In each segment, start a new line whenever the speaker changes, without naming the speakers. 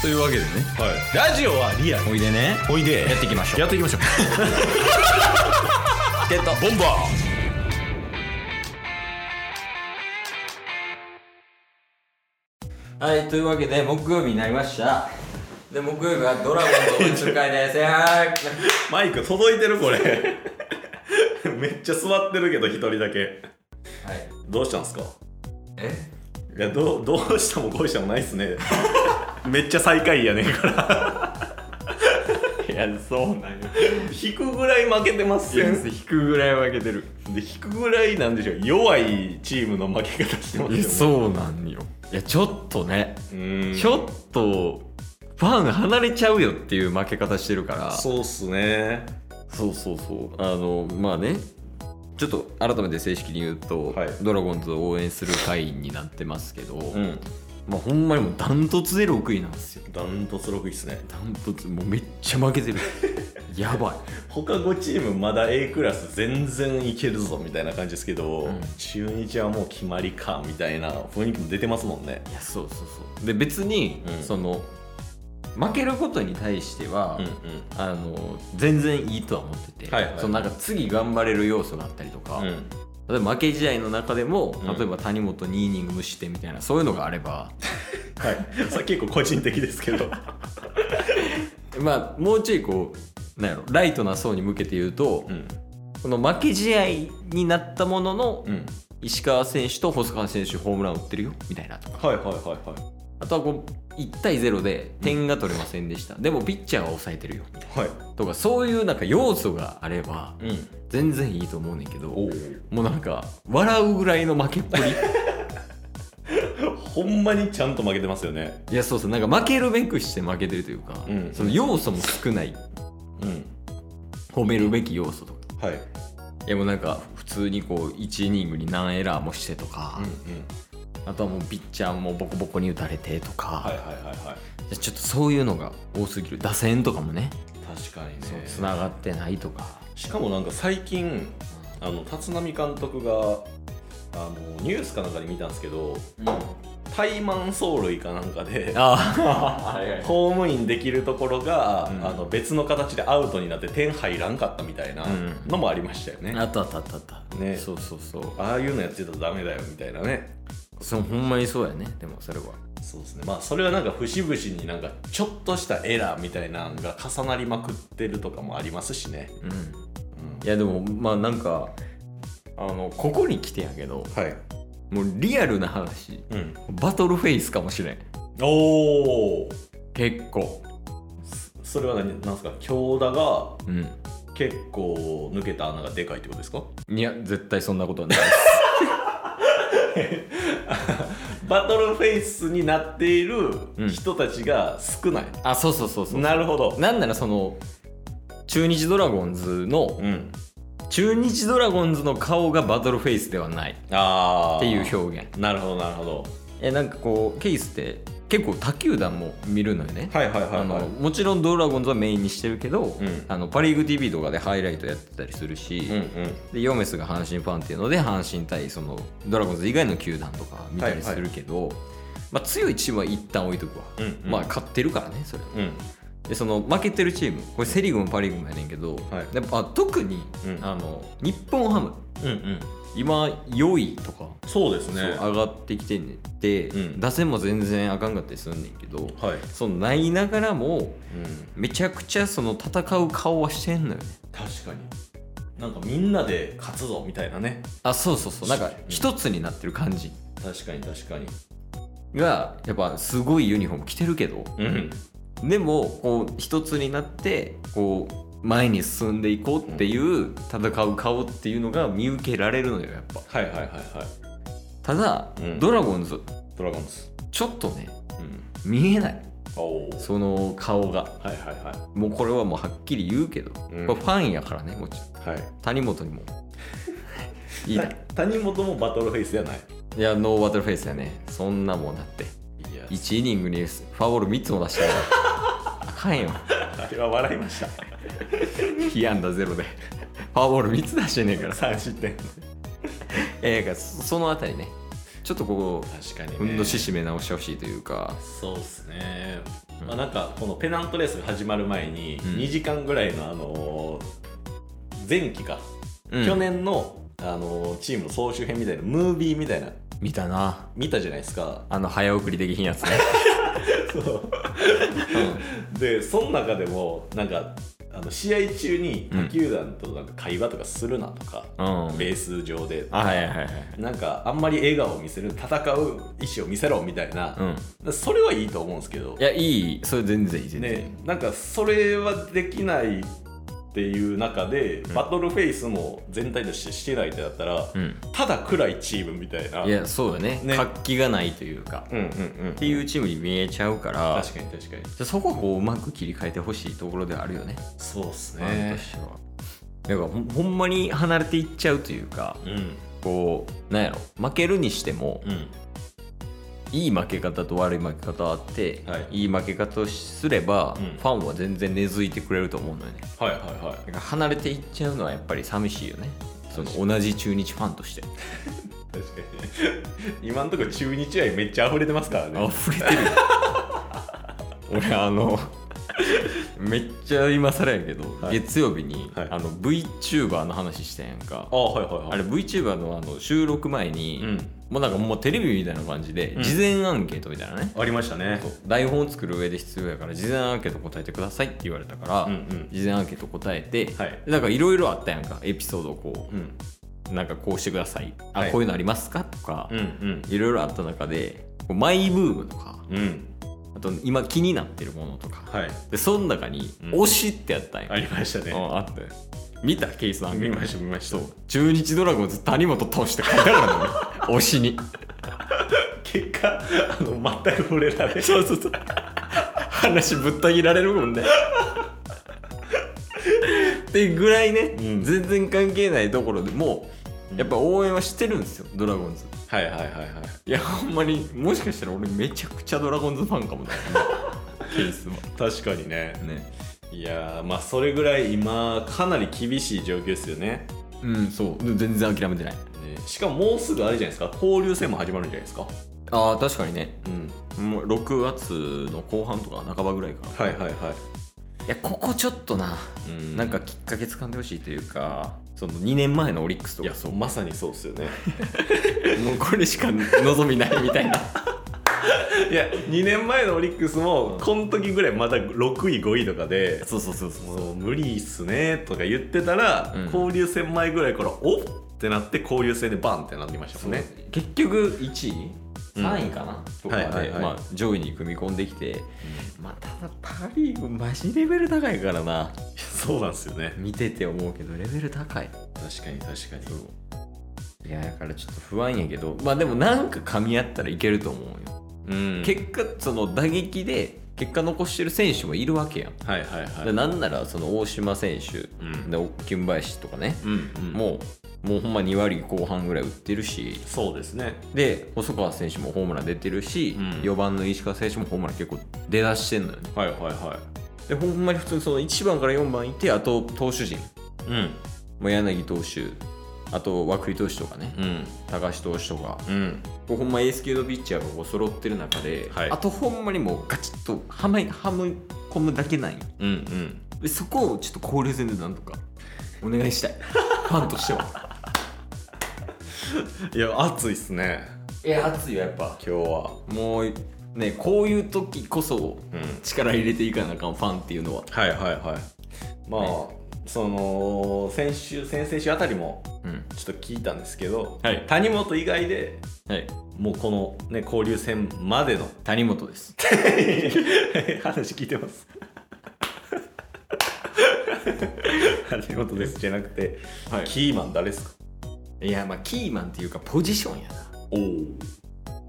というわけでね
はい、ラジオはリアル
おいでね
おいで
やっていきましょう
やっていきましょう
ゲット
ボンバ
はいというわけで木曜日になりましたで木曜日はドラゴンと集会 です
ーマイク届いてるこれめっちゃ座ってるけど一人だけ
はい
どうしたんすか
え
いやどうどうしたもこうしたもないっすねめっちゃ最下位やねんから
いやそうなんよ
引くぐらい負けてませんで
引くぐらい負けてる
引くぐらいなんでしょう弱いチームの負け方してますよ
いやそうなんよいやちょっとね、
うーん
ちょっとファン離れちゃうよっていう負け方してるから
そうっすね
そうそうそうあのまあねちょっと改めて正式に言うと、
はい
ドラゴンズを応援する会員になってますけど、
うん
まあ、ほんまにもうダントツで6位なんですよ
ダントツ6位っすね
ダントツもうめっちゃ負け てるやばい
他5チームまだ A クラス全然いけるぞみたいな感じですけど、
ん
中日はもう決まりかみたいな雰囲気も出てますもんね
いやそうそうそうで別に、
うん
その負けることに対しては、
うんうん
あの全然いいとは思ってて、
はいはい
そのなんか次頑張れる要素があったりとか、
うん
例えば負け試合の中でも、
うん
例えば谷本2イニング無失点みたいなそういうのがあれば
はいさ結構個人的ですけど
まあもうちょいこうなんやろライトな層に向けて言うと、
うん
この負け試合になったものの、
うん
石川選手と細川選手ホームラン打ってるよみたいなとか
はいはいはいはい
あとはこう1対0で点が取れませんでした、でもピッチャーは抑えてるよみたい
はい。
なとかそういうなんか要素があれば
うん。
全然いいと思うねんけど
お
もうなんか笑うぐらいの負けっぷり
お。ほんまにちゃんと負けてますよね。
いやそうそうなんか負けるべくして負けてるというか、
うん
その要素も少ない
うん。
褒めるべき要素とか
はい。
いやもうなんか普通にこう1イニングに何エラーもしてとか、
ん。
あとはもうピッチャーもボコボコに打たれてとか、
はいはいはいはい。
ちょっとそういうのが多すぎる打線とかもね
確かに
そうつながってないとか、
しかもなんか最近、あの、立浪監督が、あの、ニュースかなんかで見たんですけど、怠慢走塁かなんかで、
あ はい はい
ホームインできるところが、
うん
あの別の形でアウトになって点入らんかったみたいな
うん
のもありましたよね、
あったあったあったあった、
ね
そうそうそう
ああいうのやってたらダメだよみたいなね
そうほんまにそうやねでもそれは
そうですねまあそれはなんか節々になんかちょっとしたエラーみたいなのが重なりまくってるとかもありますしね、
うん
うん
いやでもまあなんかあのここに来てやけど
はい、
もうリアルな話
うん、
バトルフェイスかもしれん
おお
結構
それは何なんですか京田が
うん
結構抜けた穴がでかいってことですか
いや絶対そんなことはない
バトルフェイスになっている
うん
人たちが少ない、
あそうそうそうそう
なるほど
なんならその中日ドラゴンズの
うん
中日ドラゴンズの顔がバトルフェイスではないっ
ああ
ていう表現
なるほどなるほど
えなんかこうケースって結構他球団も見るのよね
はいはいはい
あ
は
の
い
もちろんドラゴンズはメインにしてるけど、
ん
あのパ・リーグ TV とかでハイライトやってたりするし、
うんうん
でヨメスが阪神ファンっていうので阪神対そのドラゴンズ以外の球団とか見たりするけど、まあ、強いチームは一旦置いとくわ、
うんうん
まあ勝ってるからねそれは
うん
でその負けてるチームこれセ・リーグもパ・リーグもやねんけど、
はい
やっぱ特に、
うん
あの日本ハム
うんうん
今4位とか、
そうですね
そう上がってきてんねんって、
うん
打線も全然あかんかったりすんねんけど、
はい、
そのないながらも
うん
めちゃくちゃその戦う顔はしてんのよね
確かになんかみんなで勝つぞみたいなね
あそうそうそうなんか一つになってる感じ
確かに確かに
がやっぱすごいユニフォーム着てるけど、
うん
でもこう一つになってこう前に進んでいこうっていう戦う顔っていうのが見受けられるのよやっぱ
はいはいはいはい
ただ、
うん
ドラゴンズ
ドラゴンズ
ちょっとね
うん
見えない
おお
その顔が
はいはいは
もうこれはもうはっきり言うけど、
うん
これファンやからねもちろん
いはい
谷本に もいいない
た谷本もバトルフェイスじゃない
いやノーバトルフェイスやねそんなもんだって
いや
1イニングにフォアボール3つも出したらあかんよ
あれは笑いました
被安打ゼロでフォアボール3つ出してんねえから
3失点
ええからそそのあたりねちょっとこう
確かに、ね、
運動し締め直してほしいというか
そうっすね、
うん
まあ、なんかこのペナントレースが始まる前に
うん
2時間ぐらいのあのー前期か、
うん
去年のあのーチームの総集編みたいなムービーみたいな
見たな
見たじゃないですか
あの早送りできひんやつね
そうでその中でもなんかあの試合中に他球団となんか会話とかするなとか、
うん、うん
ベース上で
あはいはいはいはい
なんかあんまり笑顔を見せる戦う意思を見せろみたいな、
うん
それはいいと思うんですけど
いやいいそれ全然いい全然いい、
ね、なんかそれはできないっていう中で、バトルフェイスも全体としてしてないってなったら、
うん
ただ暗いチームみたいない
やそうよね
ね
活気がないというか、
うんうんうん
っていうチームに見えちゃうから
確かに確かに
そこをこううまく切り替えてほしいところではあるよね
そうっす
ファンとしてはだからほんほんまに離れていっちゃうというか
うん
こうなんやろ負けるにしても
うん
いい負け方と悪い負け方はあって、
はい
い、い負け方をすれば、
うん
ファンは全然根付いてくれると思うのよね
はいはいは
だから離れていっちゃうのはやっぱり寂しいよねその同じ中日ファンとして
い確かに 今んとこ中日愛めっちゃ溢れてますからね
溢れてるよ 俺あの めっちゃ今更やけど、
はい
月曜日に、
はい
あの VTuber の話したやんか
あはいはいはい
あれ VTuber のあの収録前に、
うん
もうなんかもうテレビみたいな感じで、
うん
事前アンケートみたいなね
ありましたね
台本を作る上で必要やから事前アンケート答えてくださいって言われたから、
うんうん
事前アンケート答えて、
はい
でなんかいろいろあったやんかエピソードをこ
うん
うなんかこうしてください、
は
あ
い
こういうのありますかとか
うんうん
いろいろあった中でこうマイブームとか、
うん
あと今気になってるものとか
はい
でその中に
うん
「推し」ってやったんや、
ありました
う
ね
んあったよ見たケースなん
見ました見ました
そう中日ドラゴンズ谷本投手って書いてあるの よ推しに
結果あの全く触れら れそうそうそう
話ぶった切られるもんねってぐらいね、
うん
全然関係ないところでもうやっぱ応援はしてるんですよドラゴンズ
はいはいはいはい
いやほんまにもしかしたら俺めちゃくちゃドラゴンズファンか もなケースは
確かにね
ね
いやーまあそれぐらい今かなり厳しい状況ですよね
うんそうで全然諦めてない
ねしかももうすぐあれじゃないですか交流戦も始まるんじゃないですか
あー確かにね
うん
もう6月の後半とか半ばぐらいかな
はいはいはい
やここちょっとな、
い
なんかきっかけ掴んでほしいというかその2年前のオリックスと
いや
か
そうまさにそうっすよね
もうこれしか望みないみたいな
いや2年前のオリックスもこの時ぐらいまだ6位5位とかで
そうそうそうそう
もう無理っすねとか言ってたら、
うん
交流戦前ぐらいからおっってなって交流戦でバンってなってましたもんね
結局1位
うん
3位かな、とかで、
はいはいはい
まあ、上位に組み込んできて、まあ、ただパ・リーグマジレベル高いからな
そうなんですよね
見てて思うけどレベル高い
確かに確かに
いやだからちょっと不安やけどまあでもなんか噛み合ったらいけると思うよ
うん
結果その打撃で結果残してる選手もいるわけやん、
はいはいはい
でなんならその大島選手、
うん
で金林とかね、
うんうん
もうもうほんま2割後半ぐらい打ってるし
そうですね
で細川選手もホームラン出てるし、
うん
4番の石川選手もホームラン結構出だしてんのよね
はいはいは
でほんまに普通にその1番から4番いてあと投手陣
いうん
もう柳投手あと涌井投手とかね、
うん
高橋投手とか
うん
こうほんまエース級のピッチャーがこう揃ってる中で、
はい
あとほんまにもうガチッとはまいはむ込むだけなんよ
うんうん
でそこをちょっと交流戦でなんとかお願いした いファンとしてはい
や暑いっすね
いや熱いよやっぱ
今日は
もうねこういう時こそ
うん
力入れていかなあかんファンっていうのは
はいはいはいまあ、その先週先々週あたりも
うん
ちょっと聞いたんですけど、
はい
谷本以外で
はい
もうこの、ね、交流戦までの
谷本です
話聞いてます谷本ですじゃなくて、
はい
キーマン誰ですか
いやまあキーマンっていうかポジションやな
おお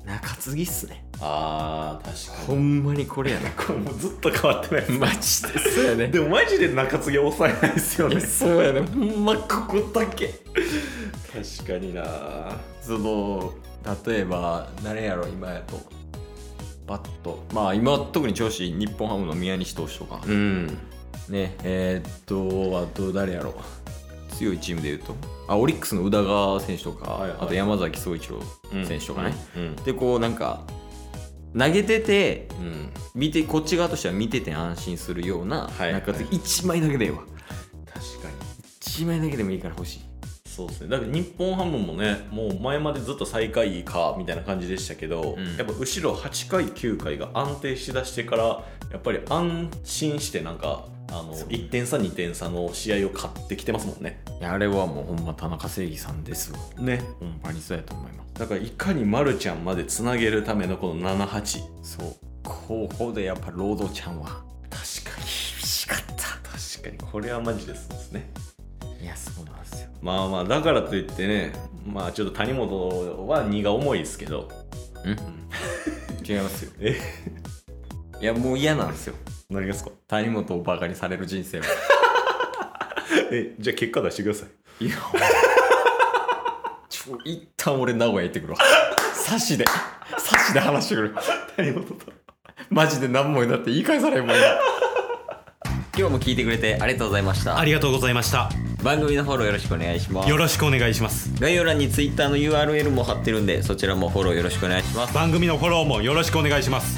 中継ぎっすね
あー確かに
ほんまにこれ やな
これもうずっと変わってない
マジでそうやね
でもマジで中継ぎ抑えないですよね
そうやねほんまここだけ
確かにな
その例えば誰やろ今やとバッとまあ今特に調子いい日本ハムの宮西投手とか、
うん
ねえーっとあと誰やろう強いチームでいうとあオリックスの宇田川選手とか、
はいはい
あと山崎総一郎選手とかね、
うん
でこうなんか投げてて
うんうん
見てこっち側としては見てて安心するような、
はい
なんか
はい
1枚だけでいいわ
確かに
1枚だけでもいいから欲しい
そうですねだから日本ハムもねもう前までずっと最下位かみたいな感じでしたけど、
うん
やっぱ後ろ8回9回が安定しだしてからやっぱり安心してなんかあの
そう
1点差2点差の試合を勝ってきてますもんね
いやあれはもうほんま田中正義さんですわ
ね
ほんまにそうやと思いま
だからいかにマルちゃんまでつなげるためのこの78
すそうここでやっぱロードちゃんは
確かに
厳しかった
確かにこれはマジですですね
いやそうなんですよ
まあまあだからといってねまあちょっと谷本は荷が重いですけど
違いますよ
え
いやもう嫌なんですよ
何がですか
谷本をバカにされる人生は
えじゃあ結果出してください
いやちょ一旦俺名古屋行ってくるわサシでサシで話してくる
谷本と
マジで何もだって言い返されへんもん今今日も聞いてくれてありがとうございました
ありがとうございました
番組のフォローよろしくお願いします
よろしくお願いします
概要欄に Twitter の URL も貼ってるんでそちらもフォローよろしくお願いします
番組のフォローもよろしくお願いします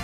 す